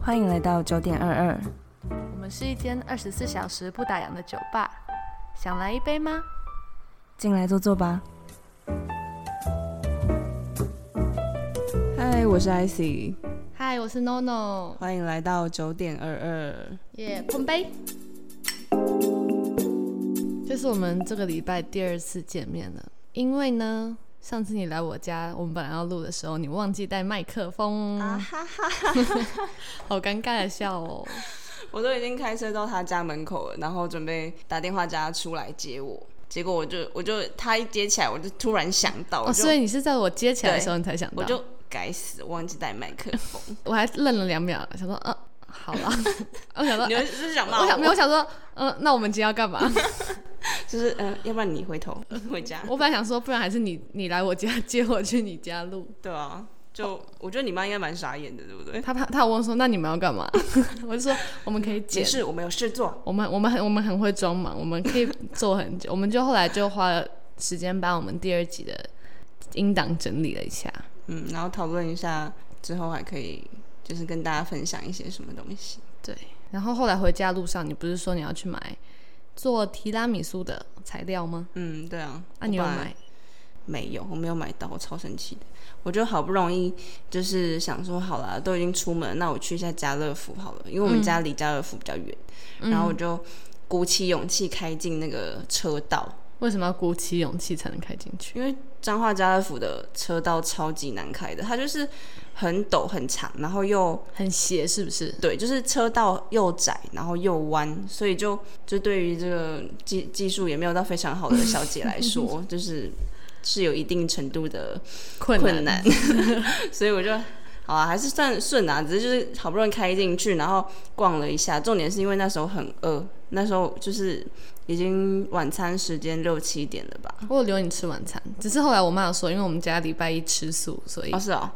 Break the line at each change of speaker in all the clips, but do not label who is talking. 欢迎来到九点二二，
我们是一间二十四小时不打烊的酒吧，想来一杯吗？
进来坐坐吧。嗨，我是 IC，
嗨，我是 NONO，
欢迎来到九点二二。
耶，碰杯。这是我们这个礼拜第二次见面了，因为呢，上次你来我家，我们本来要录的时候，你忘记带麦克风，
啊哈哈！
好尴尬的笑哦。
我都已经开车到他家门口了，然后准备打电话叫他出来接我，结果我就我就他一接起来，我就突然想到，我
哦，
就、
所以你是在我接起来的时候你才想到，
我就该死，忘记带麦克风。
我还愣了两秒，想说，嗯、好 了， 我想说，呃
你们是想骂
我想没有我想说，嗯、那我们今天要干嘛？
就是嗯、呃要不然你回头回 家。
我本来想说，不然还是你你来我家接我去你家录。
对啊，就我觉得你妈应该蛮傻眼的，对不对？
他怕他有问说，那你们要干嘛？ 我就说我们可以
解
剪，
释我没有事做，
我们我们很我们很会装忙，我们可以做很久。我们就后来就花了时间把我们第二集的音档整理了一下。
嗯，然后讨论一下之后还可以就是跟大家分享一些什么东西。
对，然后后来回家路上，你不是说你要去买做提拉米苏的材料吗？
嗯，对啊，
啊，你有
我本来
买？
没有，我没有买到，我超生气的。我就好不容易就是想说，好啦，都已经出门，那我去一下家乐福好了，因为
嗯
我们家离家乐福比较远。然后我就鼓起勇气开进那个车道，
为什么要鼓起勇气才能开进去？
因为彰化家乐福的车道超级难开的，它就是很陡很长，然后又
很邪是不是？
对，就是车道又窄，然后又弯，所以就就对于这个技技术也没有到非常好的小姐来 说，就是是有一定程度的
困
困难， 所以我就。好啊，还是算顺啊，只是就是好不容易开进去，然后逛了一下。重点是因为那时候很饿，那时候就是已经晚餐时间六七点了吧？
我有留你吃晚餐，只是后来我妈有说，因为我们家礼拜一吃素，所以、
哦，是哦，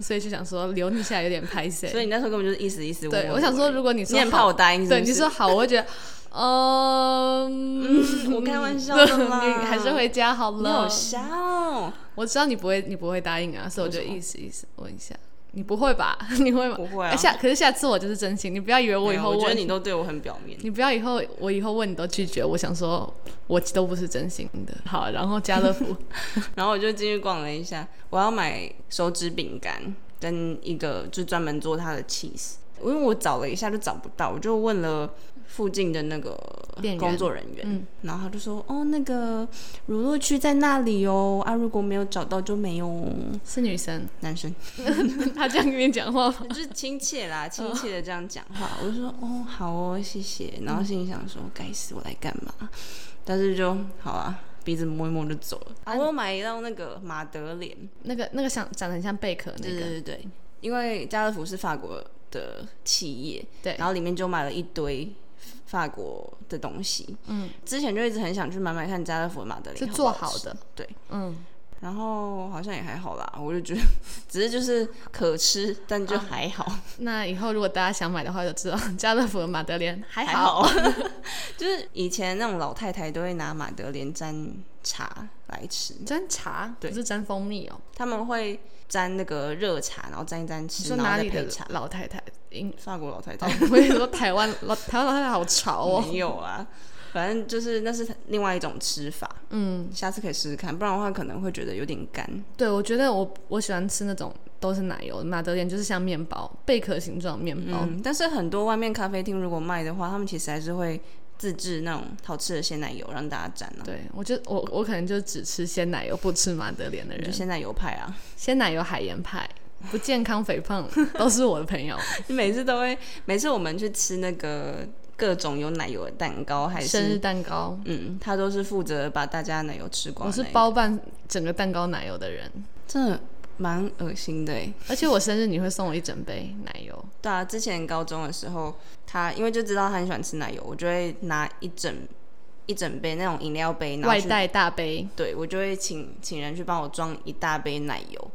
所以就想说留你下来有点拍
所
谁。
以你那时候根本就是意思意思
对，我想说，如果你
你
说
很怕
好
我答应是不
对
是，
你说好，我会觉得，嗯，
嗯，我开玩笑的啦，
你还是回家好
你好
了。
笑哦，
我知道你不会，你不会答应啊，所以我就意思意思问一下，你不会吧？ 你会吗？
不会啊
哎下可是下次我就是真心，你不要以为我以后
没有我觉得
问
你，都对我很表面，
你不要以后我以后问你都拒绝，我想说我都不是真心的。好，然后家 乐福
然后我就进去逛了一下，我要买手指饼干跟一个就专门做它的 cheese，因为我找了一下就找不到，我就问了附近的那个
店员
工作人员，
嗯
然后他就说哦，那个乳酪区在那里哦，啊，如果没有找到就没有哦
是女生，
男生。
她这样跟你讲话吗
就是亲切 啦，亲切的这样讲话，我就说哦好哦谢谢，然后心里想说该死我来干嘛，但是就好啊，鼻子摸一摸就走了。我啊有买到那个马德莲，
那个那个像长得很像贝壳那
对
个，
对对对，因为家乐福是法国的企业，
对
然后里面就买了一堆。法国的东西，
嗯，
之前就一直很想去买买看家乐福的马德
是
莲，
做
好
好
不吃
的，
对，
嗯，
然后好像也还好啦，我就觉得只是就是可吃，但
嗯
就还好。
那以后如果大家想买的话，就知道家乐福的马德莲还
还
好，
好， 就是以前那种老太太都会拿马德莲沾茶来吃，
沾茶，
对
不是沾蜂蜜哦。
他们会沾那个热茶，然后沾一沾
你
吃，
说
然
哪
后再
里的
配茶。
老太太？ 英，
法国老太太、
哦、我也说台湾老台湾老太太好潮哦。
没有啊，反正就是那是另外一种吃法，
嗯，
下次可以试试看，不然的话可能会觉得有点干。
对，我觉得我我喜欢吃那种都是奶油的马德莲，就是像面包贝壳形状的面包。
嗯，但是很多外面咖啡厅如果卖的话，他们其实还是会自制那种好吃的鲜奶油让大家沾啊，
对，我就我我可能就只吃鲜奶油，不吃马德莲的
就
人。
鲜奶油派啊。
鲜奶油海盐派，不健康肥 胖都是我的朋友。
你每次都会，每次我们去吃那个各种有奶油的蛋糕，还
生日
是
蛋糕，
嗯，他都是负责把大家的奶油吃光
我
的那
是
一个。
包办整个蛋糕奶油的人，
真的蛮恶心的哎。
而且我生日你会送我一整杯奶油，
对啊，之前高中的时候，他因为就知道他很喜欢吃奶油，我就会拿一整一整杯那种饮料杯，然后
外
去
带大杯。
对我就会请请人去帮我装一大杯奶油。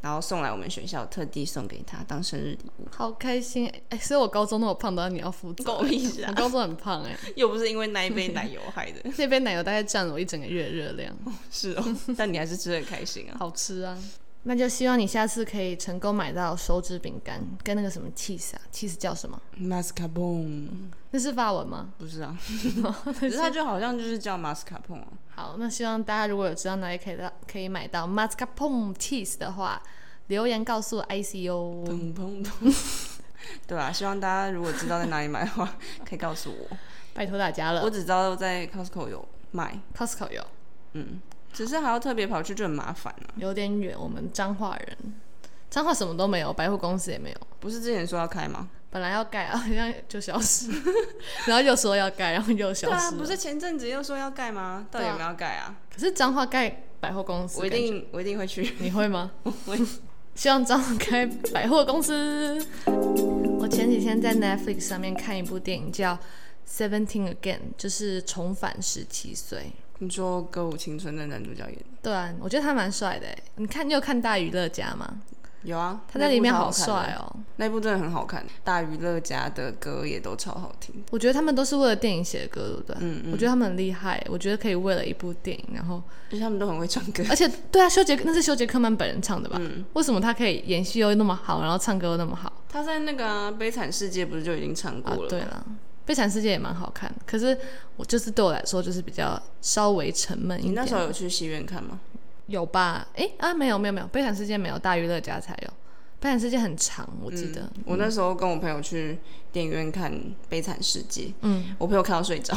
然后送来我们学校，特地送给他当生日礼物，
好开心哎、所以我高中那么胖都要你要负责，
狗屁事
我
啊！
高中很胖 哎、
又不是因为那一杯奶油害的，
那 杯奶油大概占了我一整个月的热量，
是哦。但你还是吃的开心啊。
好吃啊！那就希望你下次可以成功买到手指饼干跟那个什么 cheese 啊，cheese 叫什么？
mascarpone
那是法文吗？
不是啊， 可是它就好像就是叫 mascarpone 啊
好，那希望大家如果有知道哪里可以到可以买到 mascarpone cheese 的话，留言告诉 ICU。
砰砰砰，对啊，希望大家如果知道在哪里买的话，可以告诉我。
拜托大家了
我只知道在 Costco 有卖，
，Costco 有
嗯，只是还要特别跑去就很麻烦啊。
有点远，我们彰化人，彰化什么都没有，百货公司也没有。
不是之前说要开吗？
本来要盖，好像就消失， 然后又说要盖，然后又消
对啊，
失了。
不是前阵子又说要盖吗？到底有没有要盖啊？
可是彰化盖百货公司，
我一定我一定会去。
你会吗？
我
希望彰化开百货公司。我前几天在 Netflix 上面看一部电影叫《Seventeen Again》，就是重返十七岁。
你说《歌舞青春》的男主角演的
对啊，我觉得他蛮帅的欸。你看，你有看《大娱乐家》吗？
有啊，
他在里面好帅
哦，
哦。
那部真的很好看，大娱乐家的歌也都超好听。
我觉得他们都是为了电影写的歌，对不对？
嗯
我觉得他们很厉害，我觉得可以为了一部电影，然后
而且他们都很会唱歌，
而且对啊，修杰那是修杰克曼本人唱的吧？
嗯
为什么他可以演戏又那么好，然后唱歌又那么好？
他在那个啊、悲惨世界》不是就已经唱过
啊
了吗、，
对了，《悲惨世界》也蛮好看，可是我就是对我来说就是比较稍微沉闷一
你
点。
那时候有去戏院看吗？
有吧？诶啊，没有没有没有，《悲惨世界》没有，《大娱乐家》才有，《悲惨世界》很长，我记得。
嗯我那时候跟我朋友去电影院看《悲惨世界》，
嗯，
我朋友看到睡 着，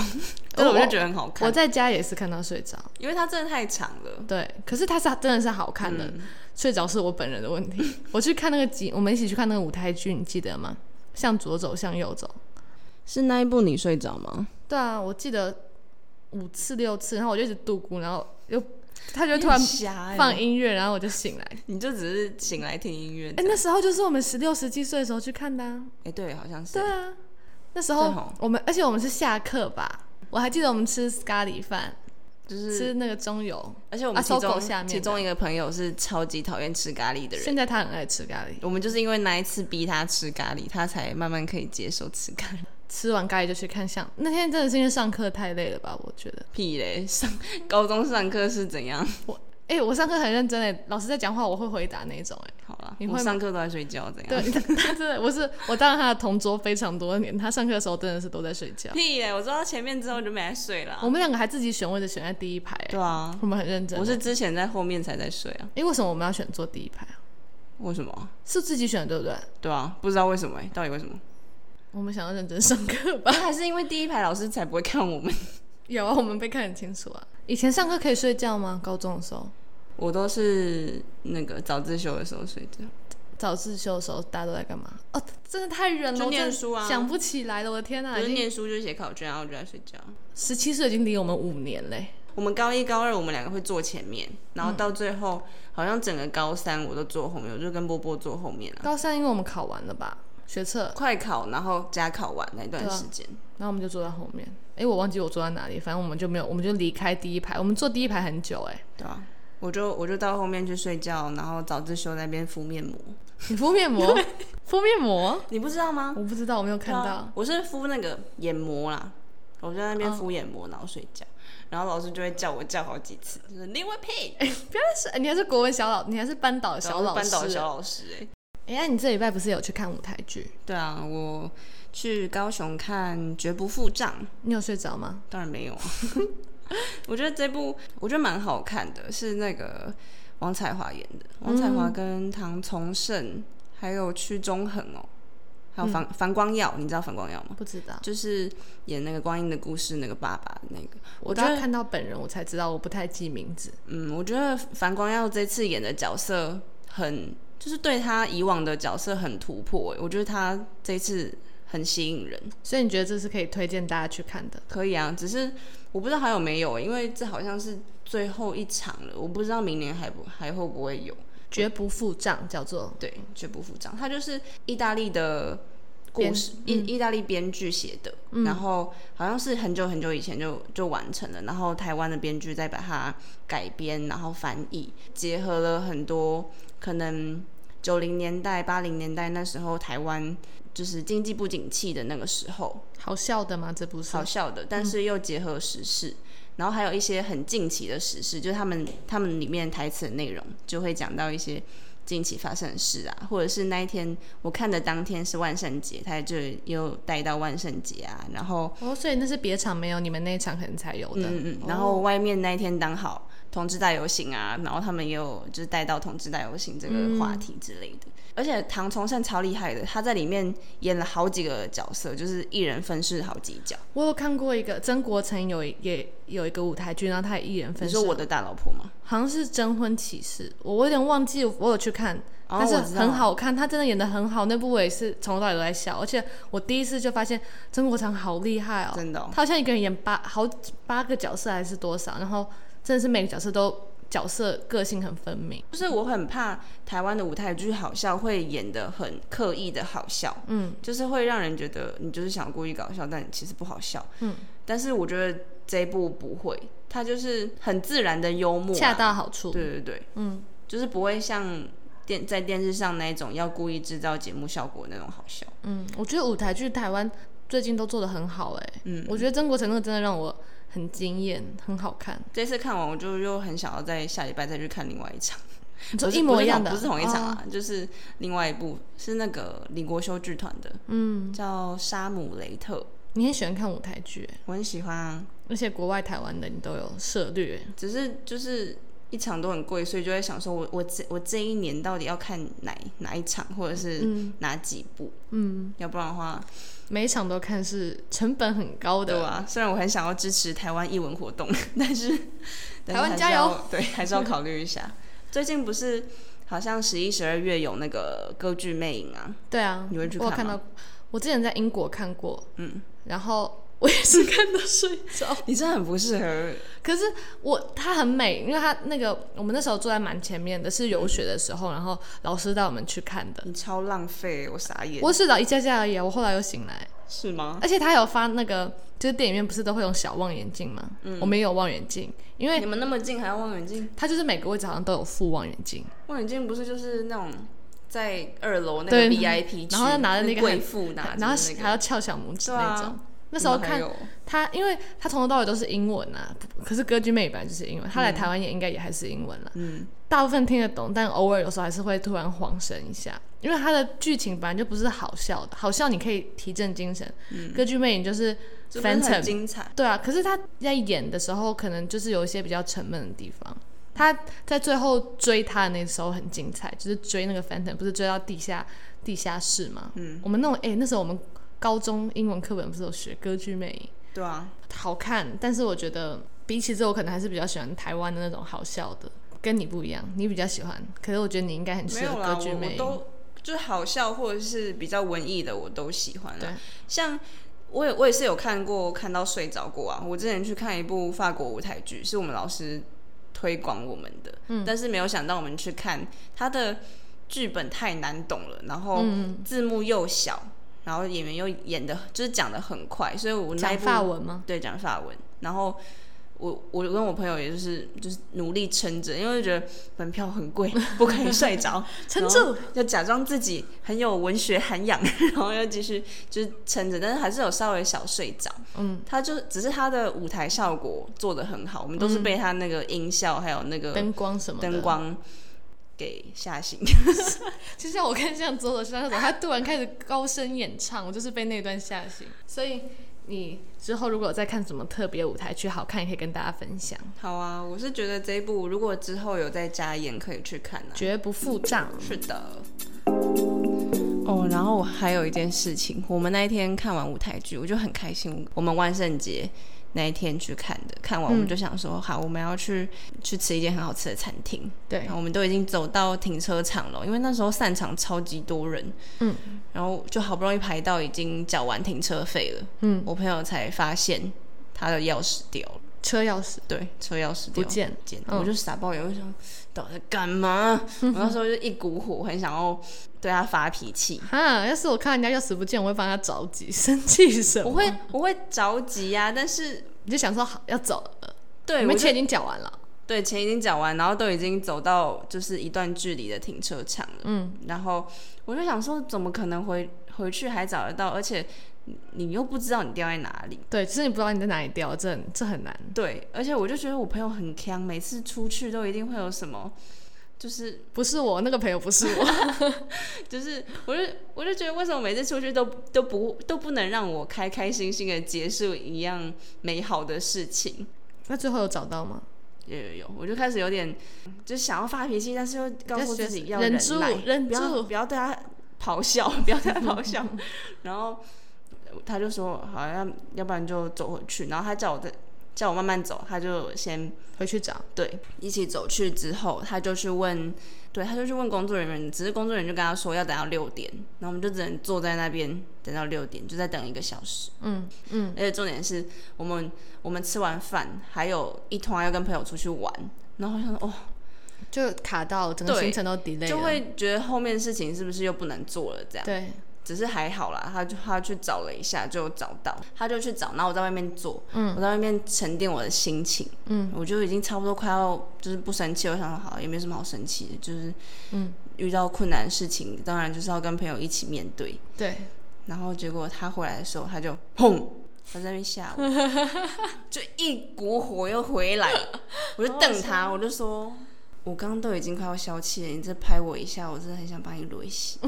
但是我就觉得很好看，
我在家也是看到睡着。
因为它真的太长了。
对，可是它是真的是好看的，睡着是我本人的问 题。我去看那个集，我们一起去看那个舞台剧，你记得吗？向左走，向右走。
是那一部你睡着吗？
对啊，我记得五次六次，然后我就一直度咕，然后又他就突然哎放音乐，然后我就醒来。
欸你就只是醒来听音乐。
哎、那时候就是我们十六十七岁的时候去看的、啊。
哎，对，好像是
对。啊，那时
对
候
吼
我们，而且我们是下课吧，我还记得我们吃咖喱饭，
就是，
吃那个中油。
而且我们
啊
其中、
搜狗下面的
其中一个朋友是超级讨厌吃咖喱的人，
现在他很爱吃咖喱，
我们就是因为那一次逼他吃咖喱，他才慢慢可以接受吃咖喱。
吃完咖喱就去看相。那天真的是因为上课太累了吧？我觉得，
屁嘞，上高中上课是怎样？
哎、我上课很认真诶、老师在讲话我会回答那一种诶、
好啦，
你
我
会吗
上课都在睡觉，怎样？
对，他真的，我是我当了他的同桌非常多年，他上课的时候真的是都在睡觉。
屁嘞！我知道前面之后就没来睡 了。
我们两个还自己选位置选在第一排、欸，
对啊，
我们很认真欸。
我是之前在后面才在睡啊。
哎、为什么我们要选坐第一排啊？
为什么啊？
是自己选的对不对？
对啊，不知道为什么哎、到底为什么？
我们想要认真上课吧？
还是因为第一排老师才不会看我们。
有啊，我们被看很清楚啊。以前上课可以睡觉吗？高中的时候，
我都是那个早自修的时候睡觉。
早自修的时候大家都在干嘛？哦，真的太远了，
就
我真的
念书啊
想不起来了。我的天哪、
我
啊，
就
已经
念书就写考卷，然后我就在睡觉。
十七岁已经离我们五年嘞。
我们高一高二我们两个会坐前面，然后到最后、好像整个高三我都坐后面，我就跟波波坐后面了、
高三因为我们考完了吧，学测，
快考，然后加考完那段
对啊
时间，
然后我们就坐在后面。哎、我忘记我坐在哪里，反正我们就没有，我们就离开第一排，我们坐第一排很久哎、
对啊，我就我就到后面去睡觉，然后早自修那边敷面膜，
你敷面膜，敷 面膜，
你不知道吗？
我不知道，我没有看
对
到
啊。我哦是敷那个眼膜啦，我就在那边敷眼膜，然后睡觉，然后老师就会叫我叫好几次，就是林文佩，
但是你还是国文小老，你还是班导小老
班
师。
哎导小老师哎、
哎、那你这礼拜不是有去看舞台剧？
对啊，我去高雄看《绝不付账》，
你有睡着吗？
当然没有 啊，我觉得这部我觉得蛮好看的，是那个王彩华演的，王彩华跟唐崇盛还有屈中恒哦，还有樊樊、光耀，你知道樊光耀吗？
不知道，
就是演那个《光阴的故事》那个爸爸的那个，
我
觉
都要
得
看到本人我才知道，我不太记名字。
嗯，我觉得樊光耀这次演的角色很，就是对他以往的角色很突破欸，我觉得他这次很吸引人。
所以你觉得这是可以推荐大家去看的？
可以啊，只是我不知道还有没有欸，因为这好像是最后一场了，我不知道明年还不还会不会有。
绝不付账叫做
对，绝不付账，它就是意大利的故
编
事，意意大利编剧写的，然后好像是很久很久以前就就完成了，然后台湾的编剧再把它改编，然后翻译，结合了很多可能九零年代、八零年代那时候台湾就是经济不景气的那个时候，
好笑的吗？这不是
好笑
嗯
的，但是又结合时事，然后还有一些很近期的时事，就是他们他们里面台词的内容就会讲到一些近期发生的事啊，或者是那一天我看的当天是万圣节，他就也有带到万圣节啊，然后
哦，所以那是别场没有，你们那一场可能才有的。
嗯嗯，然后外面那一天刚好同志大游行啊，然后他们也有就是带到同志大游行这
嗯
个话题之类的。而且唐崇盛超厉害的，他在里面演了好几个角色，就是一人分饰好几角。
我有看过一个曾国成有一也有一个舞台剧，然后他也一人分
你
饰
说
了，
我的大老婆吗？
好像是《征婚启事》，我有点忘记，我有去看，
哦
但是
我知道
很好看，他真的演的很好。那部我也是从头到尾都在笑，而且我第一次就发现曾国成好厉害哦，
真的哦
他好像一个人演八好八个角色还是多少，然后真的是每个角色都角色个性很分明。
就是我很怕台湾的舞台剧好笑会演得很刻意的好笑，
嗯，
就是会让人觉得你就是想故意搞笑，但你其实不好笑。
嗯，
但是我觉得这一部不会，它就是很自然的幽默啊、
恰到好处。
对对对，
嗯，
就是不会像电在电视上那一种要故意制造节目效果那种好笑。
嗯，我觉得舞台剧台湾最近都做的很好哎、
嗯
我觉得曾国成那个真的让我很惊艳，很好看。
这次看完，我就又很想要在下礼拜再去看另外一场，
你说
不是
一模一样的，
不是同不是同一场
哦
啊，就是另外一部是那个李国修剧团的，
嗯，
叫《沙姆雷特》，
你很喜欢看舞台剧欸，
我很喜欢啊，
而且国外台湾的你都有涉略。
只是就是。一场都很贵，所以就在想说我，我这我这一年到底要看哪哪一场，或者是
嗯
哪几部，
嗯，
要不然的话，
每一场都看是成本很高
对
的。
啊，虽然我很想要支持台湾艺文活动，但 是但
台
是
湾
还是
加油
要！对，还是 要考虑一下。最近不是好像十一、十二月有那个歌剧《魅影》啊，
对啊，
你会去
我有
看
看
吗
到，我之前在英国看过，
嗯，
然后我也是看到睡着。
你真的很不适合。
可是我它很美，因为它那个我们那时候坐在蛮前面的，是游学的时候，然后老师带我们去看的。
你超浪费，我傻眼。
我睡着一下下而已啊，我后来又醒来，
是吗？
而且他有发那个，就是电影院不是都会用小望远镜吗？
嗯
我们也有望远镜，因
你
为
们那么近还要望远镜？
它就是每个位置好像都有附望远镜，
望远镜不是就是那种在二楼那
对
个 VIP 区，
然后要拿着那个
贵妇拿着
然
啊
后
那
还
个
要翘小拇指
对啊
那种。那时候看
你们还有
他，因为他从头到尾都是英文啊，不可是歌剧魅影本来就是英文，他来台湾也应该也还是英文了。
嗯，
大部分听得懂，但偶尔有时候还是会突然晃神一下，因为它的剧情本来就不是好笑的，好笑你可以提振精神。歌剧魅影就是
嗯就不是很
Phantom，
精彩。
对啊，可是他在演的时候，可能就是有一些比较沉闷的地方。他在最后追他的那时候很精彩，就是追那个 Phantom，不是追到地下地下室吗？嗯，我们那种哎、那时候我们高中英文课本不是有学歌剧魅影，
对啊，
好看，但是我觉得比起这，我可能还是比较喜欢台湾的那种好笑的，跟你不一样，你比较喜欢，可是我觉得你应该很
没
适
有
合
啦，
歌剧
我
魅
我
影。
都就是好笑或者是比较文艺的，我都喜欢、啊。
对，
像我也我也是有看过，看到睡着过啊。我之前去看一部法国舞台剧，是我们老师推广我们的，
嗯
但是没有想到我们去看它的剧本太难懂了，然后
嗯
字幕又小，然后演员又演的就是讲的很快，所以我那一
讲
部
法文吗？
对，讲法文。然后我我跟我朋友也就是就是努力撑着，因为觉得门票很贵，不可以睡着，
撑住，
要假装自己很有文学涵养，然后要继续就是撑着，但是还是有稍微小睡着。
嗯，
他就只是他的舞台效果做得很好，我们都是被他那个音效还有那个
嗯灯光什么的。
灯。光给吓醒。
就像我看像左手像那种，他突然开始高声演唱，我就是被那段吓醒。所以你之后如果有再看什么特别舞台剧好看，也可以跟大家分享，
好啊，我是觉得这一部如果之后有再加演，可以去看啊。
绝不付账。
是的。哦，然后我还有一件事情，我们那一天看完舞台剧，我就很开心。我们万圣节那一天去看的，看完我
嗯
们就想说，好，我们要去去吃一间很好吃的餐厅。
对
然，后我们都已经走到停车场了，因为那时候散场超级多人，
嗯，
然后就好不容易排到已经缴完停车费了，
嗯，
我朋友才发现他的钥匙掉了，
车钥匙
对，车钥匙
不
掉了。
见，
见，
嗯
我就傻爆眼，我就想到底在干嘛？我那时候就一股火，很想要对他发脾气。
哈，要是我看人家钥匙不见，我会帮他着急，生气什么？
我会我会着急呀、但是
嗯你就想说好要走了，
对，
你
我
们
就
钱已经缴完了，
对钱已经缴完，然后都已经走到就是一段距离的停车场了，
嗯，
然后我就想说，怎么可能回回去还找得到，而且你你又不知道你掉在哪里。
对，其实你不知道你在哪里掉，这很这很难。
对，而且我就觉得我朋友很强，每次出去都一定会有什么，就是
不是我那个朋友，不是 我，
就是，我就我就觉得为什么每次出去都都不都不能让我开开心心的结束一样美好的事情。
那最后有找到吗？
有有有，我就开始有点就是想要发脾气，但是又告诉自己要
忍住
耐，
忍
不要
住，
不要对他咆哮， 不要对他咆 哮。然后他就说好像要不然就走回去，然后他叫我再叫我慢慢走，他就先
回去找。
对一起走去之后，他就去问，对他就去问工作人员，只是工作人员就跟他说要等到六点，然后我们就只能坐在那边等到六点，就再等一个小时。
嗯嗯，
而且重点是我们我们吃完饭还有一团要跟朋友出去玩，然后我想说哦。
就卡到了整个
对
行程都 delay 了，
就会觉得后面事情是不是又不能做了这样。
对，
只是还好啦，他就他去找了一下，就找到，他就去找，然后我在外面坐，
嗯
我在外面沉淀我的心情，
嗯
我就已经差不多快要就是不生气了，我想说好也没什么好生气的，就是
嗯
遇到困难的事情，当然就是要跟朋友一起面对。
对，
然后结果他回来的时候，他就砰，他在那边吓我，就一股火又回来了，我就瞪他，我就说，我刚刚都已经快要消气了，你再拍我一下，我真的很想把你勒死。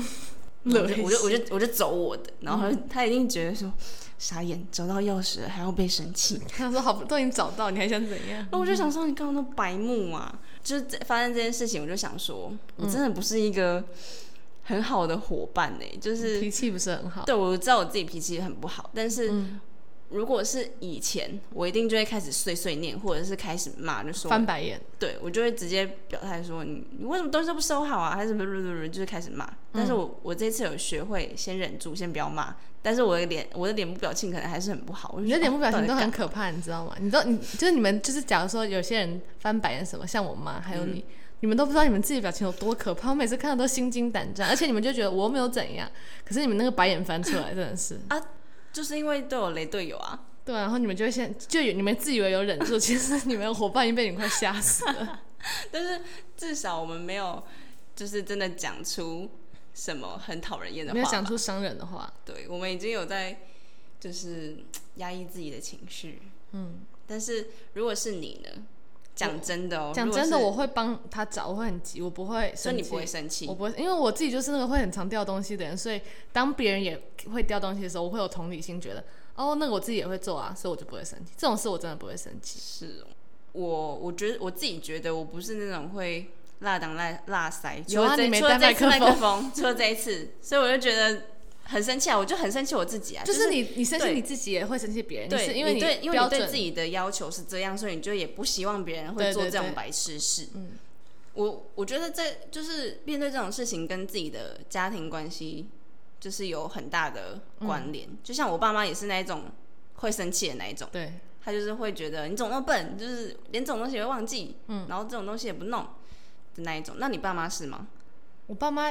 然后我就我就我就我就走我的，然后他他一定觉得说傻眼，找到钥匙了还要被生气，
他说好不都已经找到，你还想怎样？
那我就想说，你刚刚都白目啊！就是这发生这件事情，我就想说，我真的不是一个很好的伙伴呢、就是
脾气不是很好，
对，我知道我自己脾气很不好，但是
嗯
如果是以前，我一定就会开始碎碎念，或者是开始骂，就说，
翻白眼，
对我就会直接表态说，你你为什么东西都不收好啊？还是什么什么什么，就是开始骂。但
嗯
是我我这次有学会先忍住，先不要骂，但是我的脸我的脸部表情可能还是很不好。我就
你的
说
脸部表
到
情
底
都
干
很可怕，你知道吗？你都你就是你们就是，假如说有些人翻白眼什么，像我妈还有
嗯
你，你们都不知道你们自己表情有多可怕。我每次看到都心惊胆战，而且你们就觉得我又没有怎样，可是你们那个白眼翻出来真的是，
就是因为对我雷队友啊。
对啊、然后你们就会先就有你们自以为有忍住，其实你们伙伴已经被你们快吓死 了。
但是至少我们没有，就是真的讲出什么很讨人厌的
没
话吧。
有讲出伤人的话，
对，我们已经有在就是压抑自己的情绪。
嗯，
但是如果是你呢？讲真的哦，
讲
如果
真的，
是
我会帮他找，我会很急，我不会
所以
生
你
气，
不会生气
我，不会，因为我自己就是那个会很常掉东西的人，所以当别人也会掉东西的时候，我会有同理心，觉得哦，那个我自己也会做啊，所以我就不会生气。这种事我真的不会生气。
是哦。我我觉得我自己觉得我不是那种会辣当辣辣塞，除
有啊
了这
你没
除了
带
这次麦
麦克
克风，除了这一次，所以我就觉得很生气啊，我就很生气我自己啊，
就是是你，你生气
对
你自己也会生气别人，你
对，
是因为
你对，因为
标
你
准
对自己的要求是这样，所以你就也不希望别人
对
会做
对
这种
对
白痴事。
嗯
我我觉得这就是面对这种事情跟自己的家庭关系就是有很大的
嗯
关联。就像我爸妈也是那一种会生气的那一种，
对，
他就是会觉得你怎么那么笨，就是连这种东西也会忘记，嗯，然后这种东西也不弄的那一种。那你爸妈是吗？
我爸妈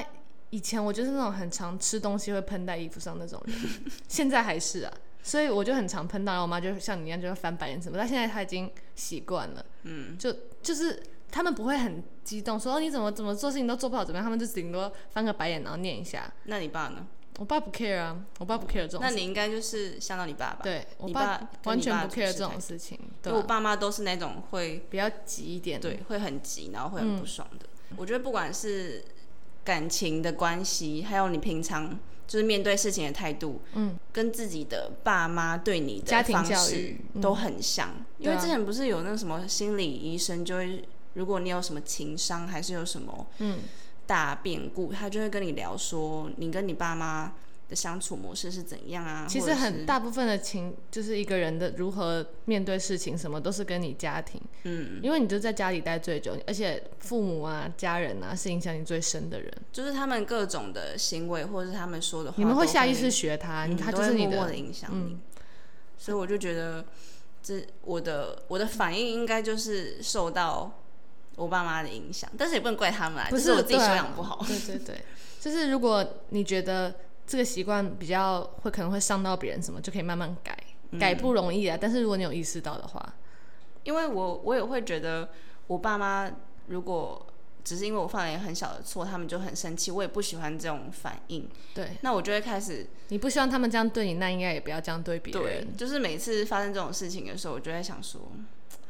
以前我就是那种很常吃东西会喷在衣服上那种人，现在还是啊，所以我就很常喷到，然后我妈就像你一样就会翻白眼什么，但现在她已经习惯了，嗯，就就是他们不会很激动说、哦、你怎么怎么做事情都做不好怎么样，他们就顶多翻个白眼然后念一下。
那你爸呢？
我爸不 care 啊，我爸不 care 这种
那
事，
你应该就是像到你爸爸，，
对我
你
爸
爸跟
完
你
全
爸
不
处
care
事
这种
态
事情，
因
对、
为我
啊，
爸妈都是那种会
比较急一点，
对，会很急，然后会
嗯
很不爽的。我觉得不管是感情的关系，还有你平常就是面对事情的态度，
嗯，
跟自己的爸妈对你
家
的
庭
方
教
式
育嗯
都很像。因
对
为
啊
之前不是有那什么心理医生就会，如果你有什么情商，还是有什么
嗯
大变故，他就会跟你聊说，你跟你爸妈的相处模式是怎样啊？
其
或
实
者
很
是
大部分的情，就是一个人的如何面对事情，什么都是跟你家庭，
嗯，
因为你就在家里待最久，而且父母啊、家人啊是影响你最深的人，
就是他们各种的行为，或者是他们说的话，
你们
会
会下意识学他，
嗯
他
都
啊
会
就是你
默默
的
的影响
嗯
你。所以我就觉得，这我的我的反应应该就是受到我爸妈的影响，但是也不能怪他们啊，
不
就是我自己
对
修
啊
养不好。
对对对，就是如果你觉得这个习惯比较会可能会伤到别人什么，就可以慢慢改，
嗯
改不容易啊。但是如果你有意识到的话，
因为我我也会觉得，我爸妈如果只是因为我犯了一个很小的错，他们就很生气，我也不喜欢这种反应，
对，
那我就会开始
你不希望他们这样对你，那应该也不要这样对别
对
人。，
就是每次发生这种事情的时候，我就在想说，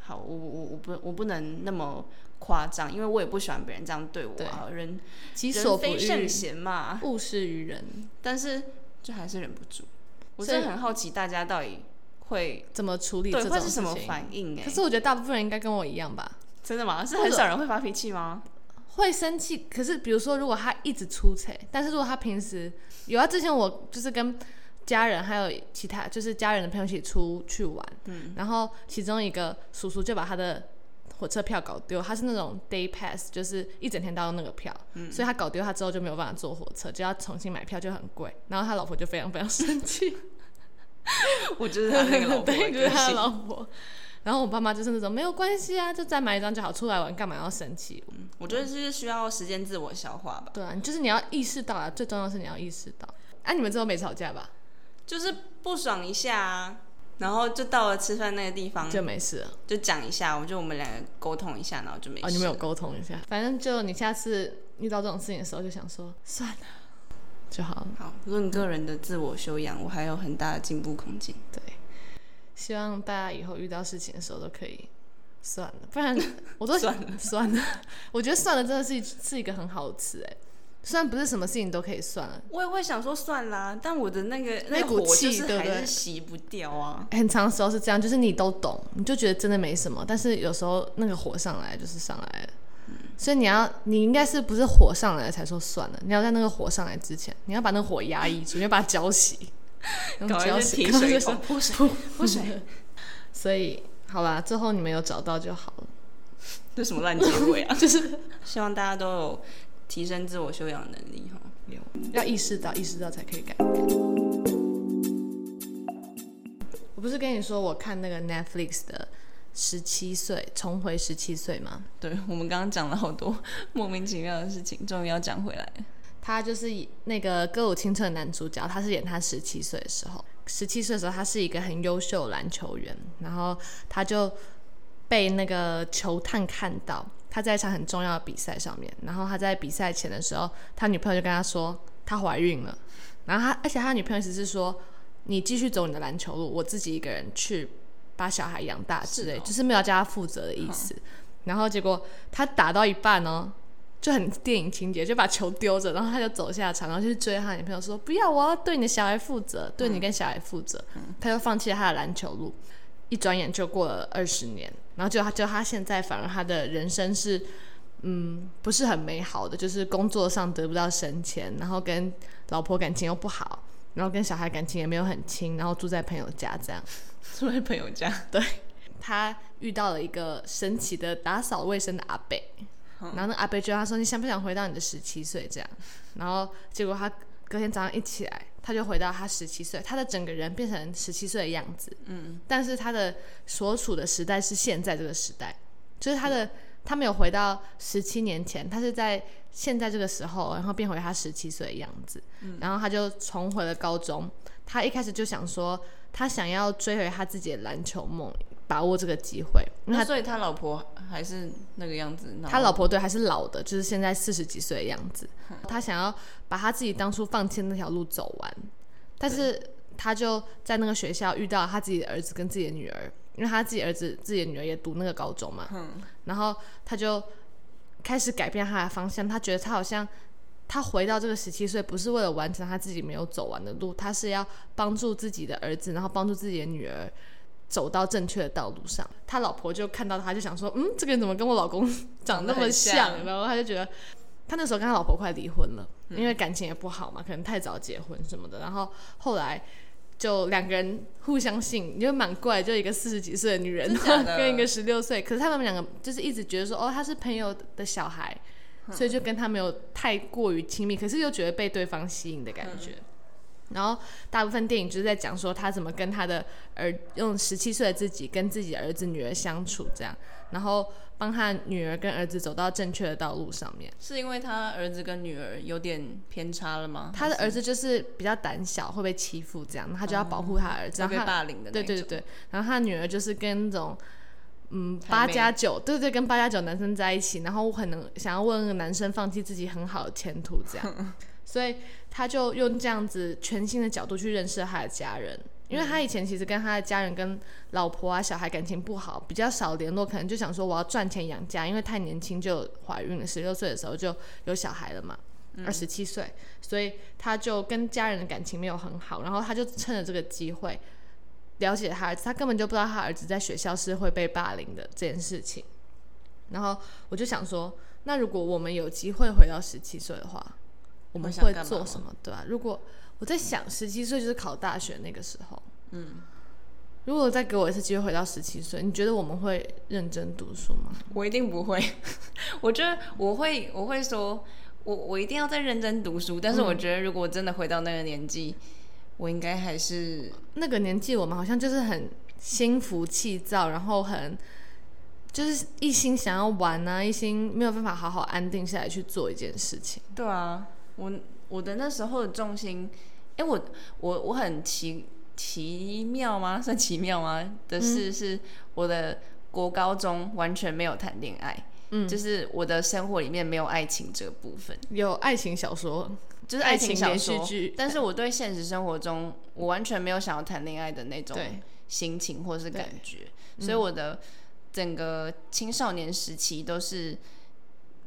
好，我我我不我不能那么夸张，因为我也不喜欢别人这样对我啊，人
己所
人
不
非圣
欲，
贤啊嘛，
勿施于人。
但是就还是忍不住，我
所以
真的很好奇大家到底会
怎么处理这
对
种
会
事
是
情？
什么反 应哎、
可是我觉得大部分人应该跟我一样吧，
真的吗？是
或
很
者
少人会发脾气吗？
会生气。可是比如说，如果他一直出差，但是如果他平时有啊，之前我就是跟家人还有其他就是家人的朋友一起出去玩，嗯，然后其中一个叔叔就把他的。火车票搞丢，他是那种 day pass，就是一整天都要那个票，
嗯
所以他搞丢他之后就没有办法坐火车，就要重新买票，就很贵。然后他老婆就非常非常生气，
我就是他那个老婆的
对，就是
个
他的
性，
老婆。然后我爸妈就是那种没有关系啊，就再买一张就好，出来玩干嘛要生气？
我觉得就是需要时间自我消化吧，
对啊，就是你要意识到啊，最重要是你要意识到。哎、你们之后没吵架吧？
就是不爽一下、啊，然后就到了吃饭那个地方
就没事了。哦
就讲一下，我就我们两个沟通一下，然后就没事。
哦，你们有沟通一下，反正就你下次遇到这种事情的时候，就想说算了就好了。
好，论个人的自我修养，我还有很大的进步空间。
对，希望大家以后遇到事情的时候都可以算了，不然我都
算
了 算了。我觉得算了真的是一是一个很好的词哎，虽然不是什么事情都可以算了，
我也会想说算啦，但我的那个
那
个
股
火就
气
是
对不
还
对
是洗不掉啊。
很长时候是这样，就是你都懂，你就觉得真的没什么，但是有时候那个火上来就是上来了，所以你要，你应该是不是火上来才说算了，你要在那个火上来之前，你要把那个火压抑住，你要把它浇熄， 用
搞
浇
一些
熄，
提
然后就
水
是
桶，泼水泼水，
所以好啦，最后你们有找到就好了，
这什么烂结尾 啊！
就是
希望大家都有提升自我修养能力哈。
要意识到，意识到才可以改。我不是跟你说我看那个 Netflix 的《十七岁》，重回十七岁吗？
对我们刚刚讲了好多莫名其妙的事情，终于要讲回来了。
他就是以那个《歌舞青春》的男主角，他是演他十七岁的时候，十七岁的时候他是一个很优秀的篮球员，然后他就被那个球探看到他在一场很重要的比赛上面，然后他在比赛前的时候，他女朋友就跟他说她怀孕了，然后他而且他女朋友只是说你继续走你的篮球路，我自己一个人去把小孩养大之类，
是哦
就是没有叫他负责的意思。然后结果他打到一半呢、就很电影情节，就把球丢着，然后他就走下场，然后就去追他女朋友说：“不要，我要对你的小孩负责，对你跟小孩负责。他就放弃了他的篮球路，一转眼就过了二十年，然后就他就他现在反而他的人生是，嗯，不是很美好的，就是工作上得不到升迁，然后跟老婆感情又不好，然后跟小孩感情也没有很亲，然后住在朋友家这样。
住在朋友家，
他遇到了一个神奇的打扫卫生的阿伯，然后那个阿伯就问他说：“你想不想回到你的十七岁？”这样，然后结果他隔天早上一起来，他就回到他十七岁，他的整个人变成十七岁的样子。嗯，但是他的所处的时代是现在这个时代，就是他的、他没有回到十七年前，他是在现在这个时候，然后变回他十七岁的样子。然后他就重回了高中。他一开始就想说，他想要追回他自己的篮球梦，把握这个机会，因为他
那所以他老婆还是那个样子。然后
他老婆对还是老的，就是现在四十几岁的样子。
嗯
他想要把他自己当初放弃的那条路走完，但是他就在那个学校遇到他自己的儿子跟自己的女儿，因为他自己儿子自己的女儿也读那个高中嘛。
嗯
然后他就开始改变他的方向，他觉得他好像。他回到这个十七岁，不是为了完成他自己没有走完的路，他是要帮助自己的儿子，然后帮助自己的女儿走到正确的道路上。他老婆就看到他，就想说：“嗯，这个人怎么跟我老公 长
长
那么
得很
像？”嗯
像
然后他就觉得，他那时候跟他老婆快离婚了，因为感情也不好嘛，可能太早结婚什么的。然后后来就两个人互相信，你就蛮怪，就一个四十几岁的女人
真假的
跟一个十六岁，可是他们两个就是一直觉得说，哦，他是朋友的小孩，
嗯
所以就跟他没有太过于亲密，可是又觉得被对方吸引的感觉。
嗯
然后大部分电影就是在讲说他怎么跟他的儿用十七岁的自己跟自己的儿子女儿相处这样，然后帮他女儿跟儿子走到正确的道路上面。
是因为他儿子跟女儿有点偏差了吗？
他的儿子就是比较胆小，会被欺负这样，他就要保护他儿子，
会
然后
被
他
霸凌的那
对
一种
对对，对然后他女儿就是跟那种嗯
暧
八
昧
加九，对对，跟八加九男生在一起，然后我很能想要问那个男生放弃自己很好的前途 这样，所以他就用这样子全新的角度去认识他的家人，因为他以前其实跟他的家人、跟老婆啊、小孩感情不好，比较少联络，可能就想说我要赚钱养家，因为太年轻就怀孕了，十六岁的时候就有小孩了嘛。二十七岁，所以他就跟家人的感情没有很好，然后他就趁着这个机会了解他儿子，他根本就不知道他儿子在学校是会被霸凌的这件事情。然后我就想说，那如果我们有机会回到十七岁的话，我们
会想
会
干嘛
做
吗
什么？对吧、啊如果我在想，十七岁就是考大学那个时候，嗯，如果再给我一次机会回到十七岁，你觉得我们会认真读书吗？
我一定不会。
我觉得我会我会说，我我一定要再认真读书。但是
嗯
我觉得如果我真的回到那个年纪，我应该还是
那个年纪，我们好像就是很心浮气躁，然后很就是一心想要玩啊，一心没有办法好好安定下来去做一件事情。
对啊，我我的那时候的重心，哎、我我我很奇奇妙吗？ 算奇妙吗？的
嗯
是，是我的国高中完全没有谈恋爱，
嗯
就是我的生活里面没有爱情这个部分，
有爱情小说，
就是
爱
情
情
小
连续
说
剧
但是我对现实生活中，我完全没有想要谈恋爱的那种
对
心情或是感
对嗯
觉，所以我的整个青少年时期都是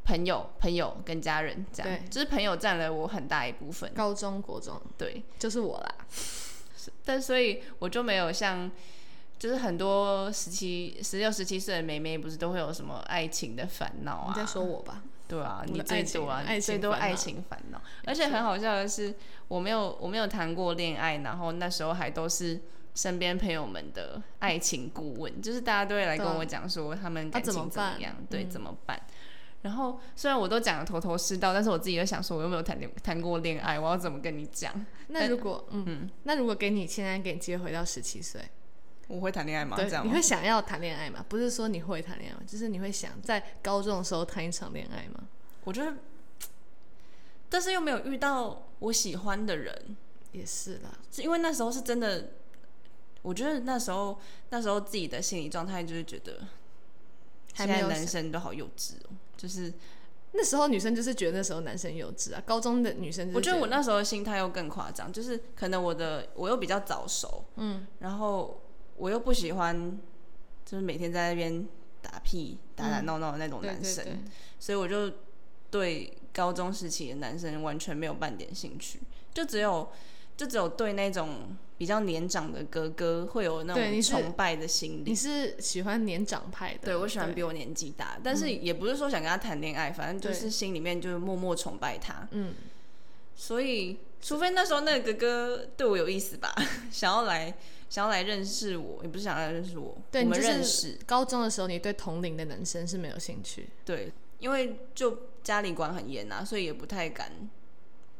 朋友、朋友跟家人这样
对，嗯
就是朋友占了我很大一部分。
高中国中
对，
就是我啦。
但所以我就没有像，就是很多十七、十六、十七岁的妹妹，不是都会有什么爱情的烦恼啊？
你在说我吧？
对啊，
我
你
的
最
爱情
多啊，
爱
你最
情
多
烦恼
爱情烦恼。而且很好笑的是，我没有我没有谈过恋爱，然后那时候还都是身边朋友们的爱情顾问，就是大家都会来
对
跟
啊
我讲说他们感情
怎么
怎么嗯
办
样，对，怎么办。然后虽然我都讲的头头是道，但是我自己就想说，我又没有谈恋谈过恋爱，我要怎么跟你讲？
那如果嗯，那如果给你现在给你机会回到十七岁，
我会谈恋爱吗？这
对，
样
你
吗
会想要谈恋爱吗？不是说你会谈恋爱，就是你会想在高中的时候谈一场恋爱吗？
我觉得，但是又没有遇到我喜欢的人，
也是啦，
是因为那时候是真的，我觉得那时候那时候自己的心理状态就是觉得，
还
现
没
在
有
男生都好幼稚哦、就是
那时候女生就是觉得那时候男生幼稚啊，高中的女生就是
我觉得我
得
那时候的心态又更夸张，就是可能我的我又比较早熟，嗯，然后我又不喜欢，就是每天在那边打屁打打闹闹的那种
嗯对
男
对
生，
对
所以我就对高中时期的男生完全没有半点兴趣，就只有就只有对那种比较年长的哥哥会有那
对
种
你是
崇拜的心
你
理。
是喜欢年长派的，嗯
对，我喜欢比我年纪大，但是也不是说想跟他谈恋爱，反正就
对
是心里面就是默默崇拜他。
嗯，
所以，除非那时候那个哥哥对我有意思吧， 想要来想要来认识我，也不是想要来认识我，
对，
我
你
们
就
认
是
识。
高中的时候，你对同龄的男生是没有兴趣，
对，因为就家里管很严啊，所以也不太敢，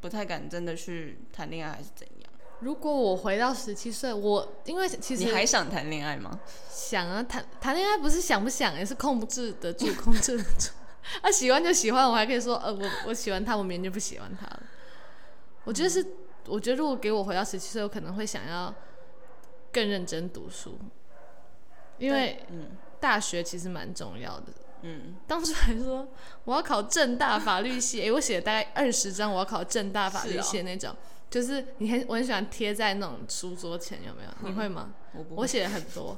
不太敢真的去谈恋爱还是怎样。
如果我回到十七岁，我因为其实
你还想谈恋爱吗？
想啊，谈谈恋爱不是想不想，也是控制得住， 控制得住。啊，喜欢就喜欢，我还可以说，呃，我我喜欢他，我明天就不喜欢他了。我觉得是，我觉得如果给我回到十七岁，我可能会想要更认真读书，因为大学其实蛮重要的。
嗯，
当初还说我要考正大法律系，诶、我写了大概二十张我要考正大法律
是哦
系的那种，就是你很我很喜欢贴在那种书桌前，有没有？你会吗？
我嗯不
我
会。
写了很 多，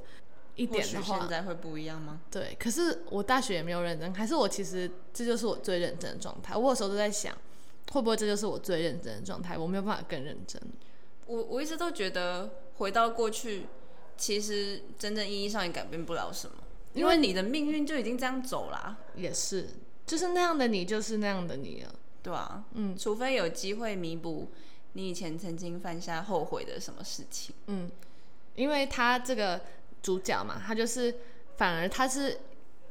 一
或
点
许
的话
现，在会不一样吗？
对。可是我大学也没有认真，还是我其实这就是我最认真的状态。我有时候都在想，会不会这就是我最认真的状态？我没有办法更认真。
我我一直都觉得回到过去，其实真正意义上也改变不了什么，因为你的命运就已经这样走啦、
也是，就是那样的你，就是那样的你了。
对啊，嗯，除非有机会弥补你以前曾经犯下后悔的什么事情。
嗯，因为他这个主角嘛，他就是反而他是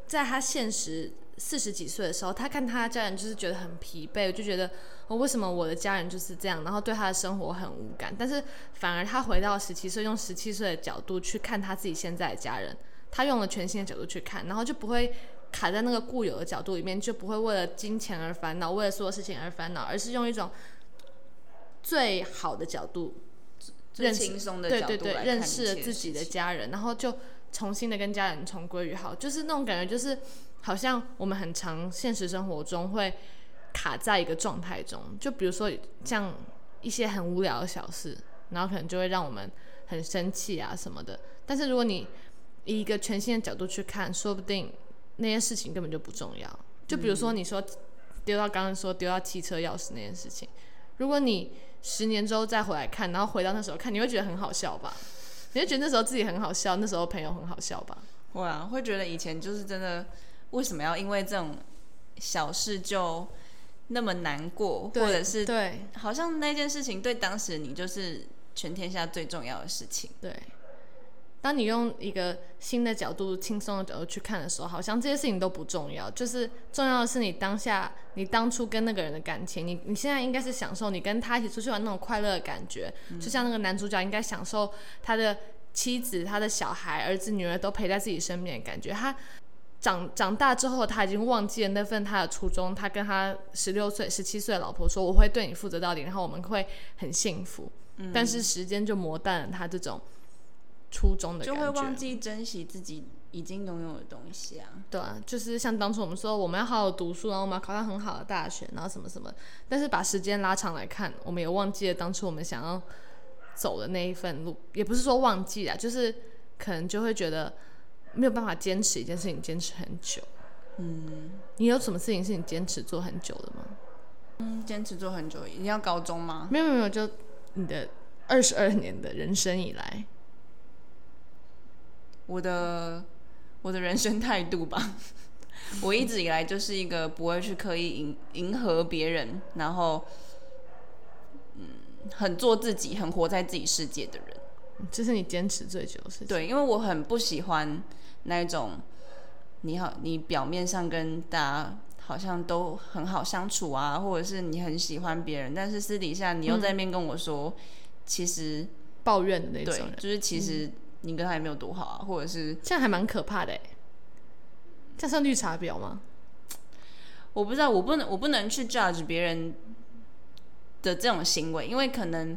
在他现实四十几岁的时候，他看他的家人就是觉得很疲惫，就觉得、哦、为什么我的家人就是这样，然后对他的生活很无感。但是反而他回到十七岁，用十七岁的角度去看他自己现在的家人，他用了全新的角度去看，然后就不会。卡在那个固有的角度里面，就不会为了金钱而烦恼，为了所有事情而烦恼，而是用一种最好的角度
最
认识
轻松的
对
角
对
度
对
来看
认
一
识了
切
自
事
己的
情
家人，然后就重新的跟家人重归于好，就是那种感觉，就是好像我们很常现实生活中会卡在一个状态中，就比如说像一些很无聊的小事，然后可能就会让我们很生气啊什么的。但是如果你以一个全新的角度去看，说不定那些事情根本就不重要。就比如
嗯
说你说丢到刚刚说丢到汽车钥匙那件事情，如果你十年之后再回来看，然后回到那时候看，你会觉得很好笑吧？你会觉得那时候自己很好笑，那时候朋友很好笑吧？
会啊，会觉得以前就是真的，为什么要因为这种小事就那么难过，或
对
者是
对
好像那件事情对当时你就是全天下最重要的事情。
对。当你用一个新的角度、轻松的角度去看的时候，好像这些事情都不重要，就是重要的是你当下、你当初跟那个人的感情。你你现在应该是享受你跟他一起出去玩那种快乐的感觉，就像那个男主角应该享受他的妻子、他的小孩、儿子、女儿都陪在自己身边的感觉。他长长大之后，他已经忘记了那份他的初衷。他跟他十六岁、十七岁的老婆说：“我会对你负责到底，然后我们会很幸福。但是时间就磨淡了他这种初衷的
就
感觉，
会忘记珍惜自己已经拥有的东西啊。
对啊，就是像当初我们说我们要好好读书，然后我们要考上很好的大学，然后什么什么，但是把时间拉长来看，我们也忘记了当初我们想要走的那一份路，也不是说忘记啊，就是可能就会觉得没有办法坚持一件事情坚持很久。嗯，你有什么事情是你坚持做很久的吗？
嗯，坚持做很久，一定要高中吗？
没有没有没有，就你的二十二年的人生以来，
我的我的人生态度吧。 我一直以来就是一个不会去刻意迎迎合别人，然后嗯，很做自己，很活在自己世界的人。
这是你坚持最久的事情。
对，因为我很不喜欢那一种你好，你表面上跟大家好像都很好相处啊，或者是你很喜欢别人，但是私底下你又在面跟我说，
嗯
其实
抱怨的那
对
种人，，
就是其实你跟他也没有多好啊，或者是
这样还蛮可怕的欸。这样算绿茶婊吗？
我不知道，我不能我不能去 judge 别人的这种行为，因为可能。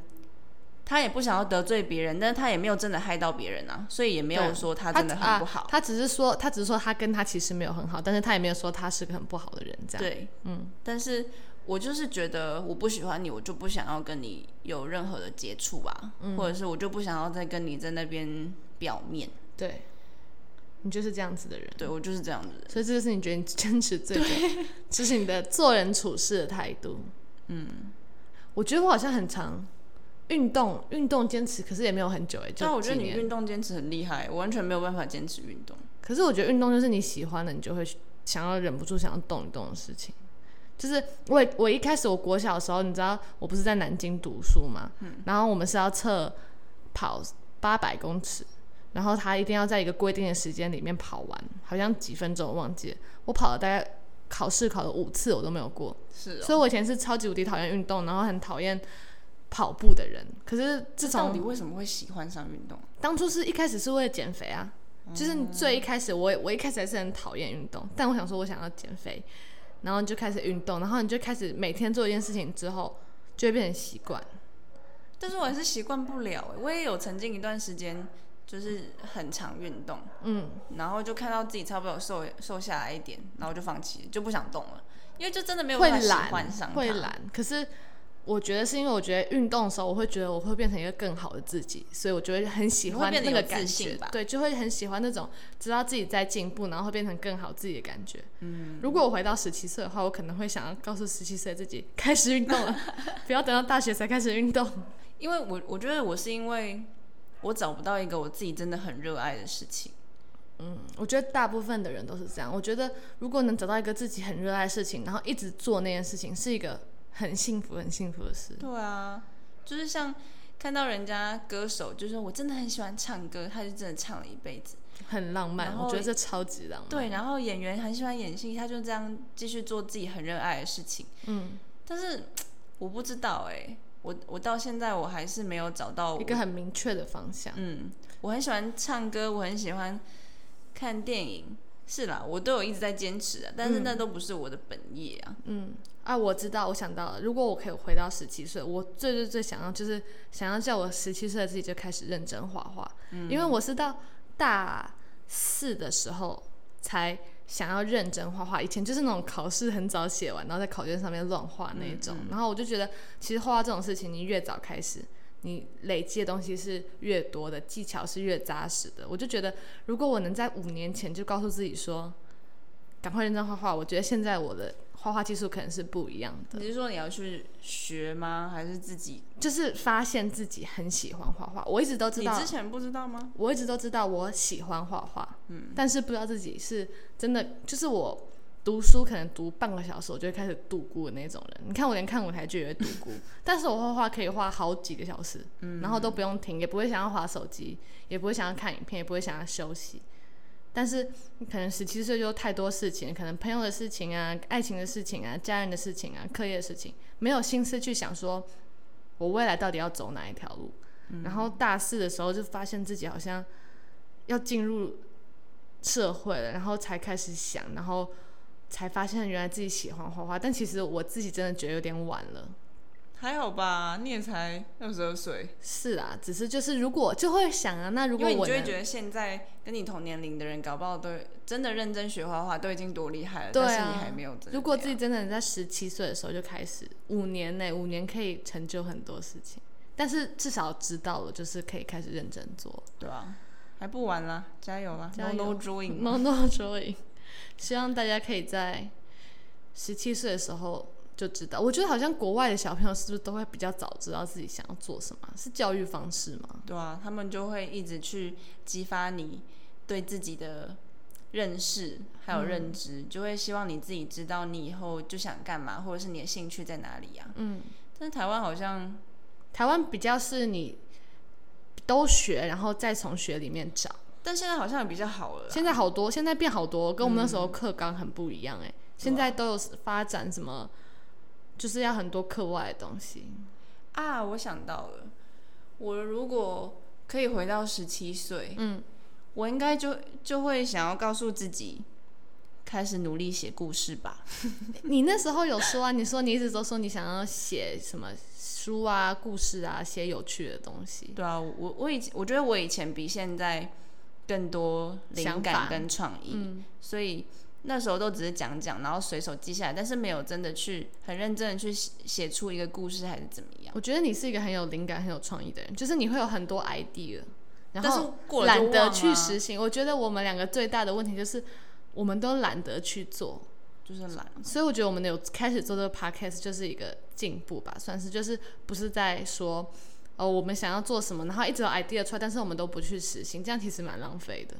他也不想要得罪别人，但是他也没有真的害到别人啊，所以也没有
对
说他真的很不好
啊。他只是说，他只是说他跟他其实没有很好，但是他也没有说他是个很不好的人，这样。
对，
嗯，
但是我就是觉得我不喜欢你，我就不想要跟你有任何的接触吧，
嗯
或者是我就不想要再跟你在那边表面。
对你就是这样子的人，
对我就是这样子的人，
所以这就是你觉得你坚持最久， 这是你的做人处事的态度。嗯，我觉得我好像很长运动，运动坚持，可是也没有很久哎、就
但我觉得
几
你
年
运动坚持很厉害，我完全没有办法坚持运动。
可是我觉得运动就是你喜欢的，你就会想要忍不住想要动一动的事情。就是我也我一开始我国小的时候，你知道我不是在南京读书嘛，然后我们是要测跑八百公尺，然后他一定要在一个规定的时间里面跑完，好像几分钟我忘记了。我跑了大概考试考了五次，我都没有过。
是哦，
所以我以前是超级无敌讨厌运动，然后很讨厌跑步的人。可是自
到
从
底为什么会喜欢上运动？
当初是一开始是为了减肥啊，就是你最一开始我也我一开始还是很讨厌运动，但我想说我想要减肥，然后你就开始运动，然后你就开始每天做一件事情之后，就会变成习惯。
但是我还是习惯不了、欸，我也有曾经一段时间就是很常运动，
嗯，
然后就看到自己差不多有瘦瘦下来一点，然后就放弃了，就不想动了，因为就真的没有
会
办法喜欢上
懒，
它
会懒。可是我觉得是因为我觉得运动的时候，我会觉得我会变成一个更好的自己，所以我就会很喜欢
你会变
那
得
个
有
感
自信
觉
吧，
对，就会很喜欢那种知道自己在进步，然后会变成更好自己的感觉。嗯，如果我回到十七岁的话，我可能会想要告诉十七岁的自己开始运 动了，不要等到大学才开始运动。
因为我我觉得我是因为我找不到一个我自己真的很热爱的事情，
我觉得大部分的人都是这样。我觉得如果能找到一个自己很热爱的事情，然后一直做那件事情，是一个很幸福、很幸福的事。
对啊，就是像看到人家歌手，就是我真的很喜欢唱歌，他就真的唱了一辈子。
很浪漫，
然后
我觉得这超级浪漫。
对，然后演员很喜欢演戏，他就这样继续做自己很热爱的事情。
嗯，
但是我不知道哎、我我到现在我还是没有找到
一
我
个很明确的方向。
嗯，我很喜欢唱歌，我很喜欢看电影。是啦，我都有一直在坚持啊，但是那都不是我的本业啊。
嗯，啊，我知道，我想到了，如果我可以回到十七岁，我最最最想要就是
嗯
想要叫我十七岁的自己就开始认真画画，因为我是到大四的时候才想要认真画画。以前就是那种考试很早写完，然后在考卷上面乱画
嗯
那一种。然后我就觉得，其实画画这种事情，你越早开始，你累积的东西是越多的，技巧是越扎实的。我就觉得，如果我能在五年前就告诉自己说，赶快认真画画，我觉得现在我的画画技术可能是不一样的。
你是说你要去学吗？还是自己？
就是发现自己很喜欢画画，我一直都知
你
道
之，前不知道吗？
我一直都知道我喜欢画画，嗯，但是不知道自己是真的，就是我读书可能读半个小时，我就会开始度孤的那种人。你看我连看舞台剧也会度 孤，但是我画画可以画好几个小时，嗯，然后都不用停，也不会想要划手机，也不会想要看影片，也不会想要休息。但是可能十七岁就太多事情，可能朋友的事情啊、爱情的事情啊、家人的事情啊、课业的事情，没有心思去想说我未来到底要走哪一条路。然后大四的时候就发现自己好像要进入社会了，然后才开始想，然后才发现原来自己喜欢画画，但其实我自己真的觉得有点晚了。
还好吧，你也才二十二岁，
是啊，只是就是如果就会想啊，那如
因
果
为你
我
就会
能
觉得现在跟你同年龄的人，搞不好都真的认真学画画，都已经多厉害了，
对啊
但是你还没有真的这样。
如果自己真的在十七岁的时候就开始，五年内五年可以成就很多事情，但是至少知道了，就是可以开始认真做。
对啊，还不晚啦，加油啦
加
！No
油嗯
no drawing，
No No Joy，希望大家可以在十七岁的时候就知道。我觉得好像国外的小朋友是不是都会比较早知道自己想要做什么啊？是教育方式吗？
对啊，他们就会一直去激发你对自己的认识还有认知，
嗯
就会希望你自己知道你以后就想干嘛，或者是你的兴趣在哪里啊。
嗯，
但是台湾好像
台湾比较是你都学，然后再从学里面找。
但现在好像也比较好了啦。
现在好多，现在变好多，跟我们那时候课纲很不一样哎、现在都有发展什么，就是要很多课外的东西。
啊，我想到了，我如果可以回到十七岁，
嗯，
我应该就就会想要告诉自己，开始努力写故事吧。
你那时候有说啊，你说你一直都说你想要写什么书啊、故事啊，写有趣的东西。
对啊，我我以前我觉得我以前比现在更多灵
想
感
法
跟创意，
嗯，
所以那时候都只是讲讲，然后随手记下来，但是没有真的去很认真的去写写出一个故事还是怎么样。
我觉得你是一个很有灵感、很有创意的人，就是你会有很多 idea，
但
然
是
后
过了就啊
懒得
忘
去
啦
实行。我觉得我们两个最大的问题就是，我们都懒得去做。
就是懒，
所以我觉得我们有开始做这个 podcast 就是一个进步吧，算是就是不是在说，哦，我们想要做什么，然后一直有 idea 出来，但是我们都不去实行，这样其实蛮浪费的。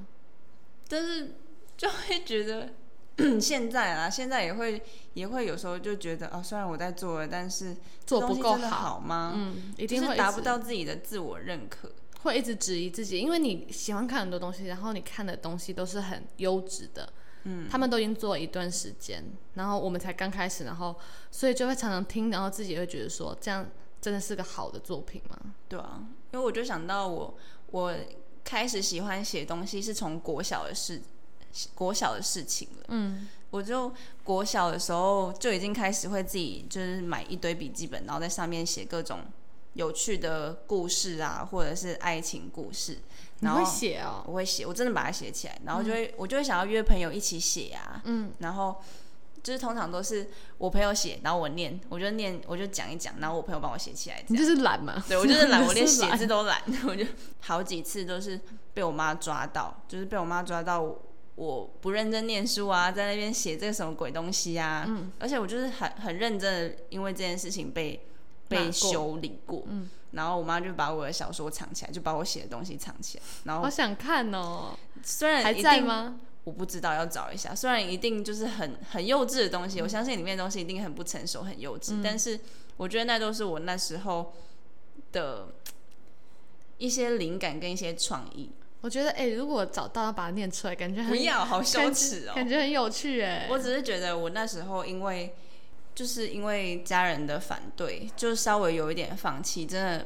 但是就会觉得 现在啊，现在也会也会有时候就觉得啊，虽然我在做了，但是
做
这
不
东西
够
真的好吗？
嗯，一
一
定会一直
是达不到自己的自我认可。
会一直质疑自己，因为你喜欢看很多东西，然后你看的东西都是很优质的，嗯，他们都已经做了一段时间，然后我们才刚开始，然后所以就会常常听，然后自己会觉得说，这样真的是个好的作品吗？
对啊，因为我就想到我我开始喜欢写东西是从国小的事，国小的事情了。
嗯，
我就国小的时候就已经开始会自己就是买一堆笔记本，然后在上面写各种有趣的故事啊，或者是爱情故事。
你
然
会
后
写哦，
我会写，我真的把它写起来，然后就会、我就会想要约朋友一起写啊，
嗯，
然后就是通常都是我朋友写，然后我念，我就念，我就讲一讲，然后我朋友帮我写起来这
你
样。
就是懒嘛，
对，我就是 懒，我连写
懒
字都懒，我就好几次都是被我妈抓到，就是被我妈抓到我我不认真念书啊，在那边写这个什么鬼东西啊，嗯，而且我就是很很认真的，因为这件事情被
骂
被
过
修理过，嗯，然后我妈就把我的小说藏起来，就把我写的东西藏起来，然后
好想看哦，
虽然
还
一
在
定
吗？
我不知道要找一下，虽然一定就是很很幼稚的东
嗯
西，我相信里面的东西一定很不成熟、很幼稚，但是我觉得那都是我那时候的一些灵感跟一些创意。
我觉得，哎、如果找到把它念出来，感觉很
不要，好羞
感觉
耻哦！
感觉很有趣哎。
我只是觉得我那时候因为就是因为家人的反对，就稍微有一点放弃，真的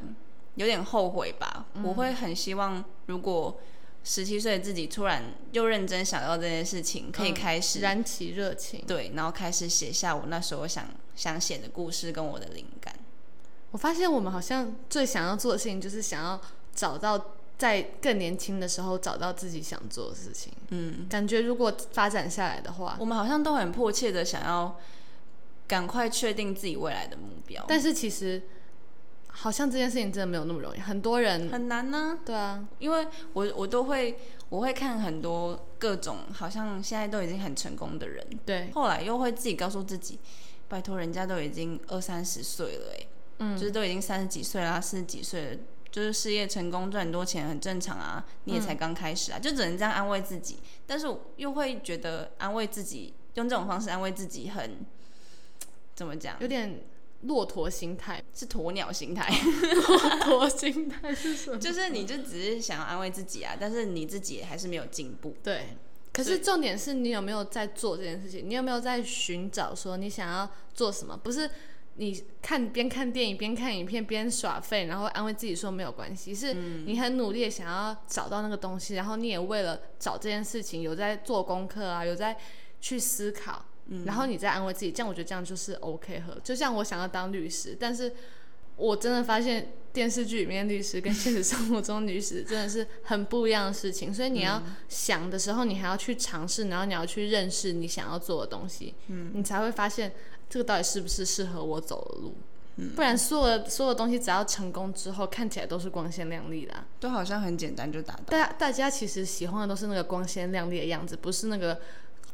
有点后悔吧。
嗯
我会很希望，如果十七岁的自己突然又认真想到这件事情，可以
嗯
开始
燃起热情。
对，然后开始写下我那时候想想写的故事跟我的灵感。
我发现我们好像最想要做的事情就是想要找到在更年轻的时候找到自己想做的事情。
嗯，
感觉如果发展下来的话，
我们好像都很迫切的想要赶快确定自己未来的目标，
但是其实好像这件事情真的没有那么容易。很多人，
很难呢、
对啊，
因为我我都会我会看很多各种好像现在都已经很成功的人，
对，
后来又会自己告诉自己，拜托人家都已经二三十岁了、欸，
嗯
就是都已经三十几岁啦、四十几岁了，就是事业成功赚很多钱很正常啊，你也才刚开始啊，就只能这样安慰自己。但是又会觉得安慰自己，用这种方式安慰自己很怎么讲？
有点骆驼心态。
是鸵鸟心态，
骆驼心态是什么？
就是你就只是想要安慰自己啊，但是你自己还是没有进步。
对。可是重点是你有没有在做这件事情？你有没有在寻找说你想要做什么？不是你看边看电影边看影片边耍废，然后安慰自己说没有关系，是你很努力的想要找到那个东西，然后你也为了找这件事情有在做功课啊，有在去思考，然后你再安慰自己，这样我觉得这样就是 OK 和。就像我想要当律师，但是我真的发现电视剧里面律师跟现实生活中律师真的是很不一样的事情，所以你要想的时候，你还要去尝试，然后你要去认识你想要做的东西，嗯，你才会发现这个到底是不是适合我走的路。不然所有的所有东西只要成功之后，看起来都是光鲜亮丽的啊、
都好像很简单就达到。
大大家其实喜欢的都是那个光鲜亮丽的样子，不是那个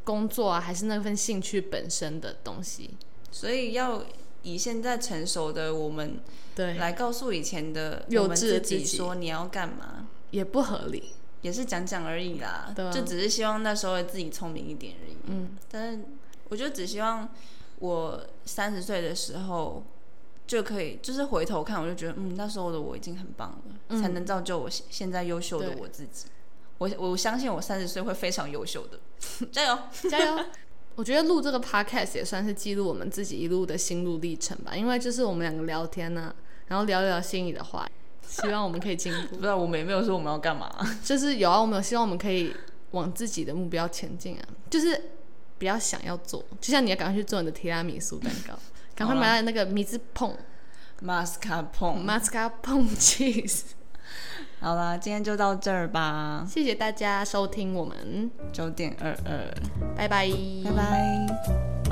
工作啊，还是那份兴趣本身的东西。
所以要以现在成熟的我们
对，
来告诉以前的
幼
我们
稚的
自
自
己
己
说你要干嘛，
也不合理。
也是讲讲而已啦。
对啊
就只是希望那时候的自己聪明一点而已。
嗯，
但是我就只希望我三十岁的时候就可以，就是回头看，我就觉得嗯，那时候的我已经很棒了，
嗯
才能造就我现现在优秀的
对
我自己。我我相信我三十岁会非常优 秀的，加油！
加油！我觉得录这个 podcast 也算是记录我们自己一路的心路历程吧，因为就是我们两个聊天呢、然后聊一聊心里的话，希望我们可以进步
不。知道我们也没有说我们要干嘛、
就是有啊，我们有希望我们可以往自己的目标前进啊，就是不要想要做，就像你要赶快去做你的提拉米苏蛋 糕，赶
好
快
啦
买到那个米字碰
mascarpone。
马斯卡碰 cheese。
好啦，今天就到这儿吧，
谢谢大家收听我们，
九点二二，
拜拜，
拜拜。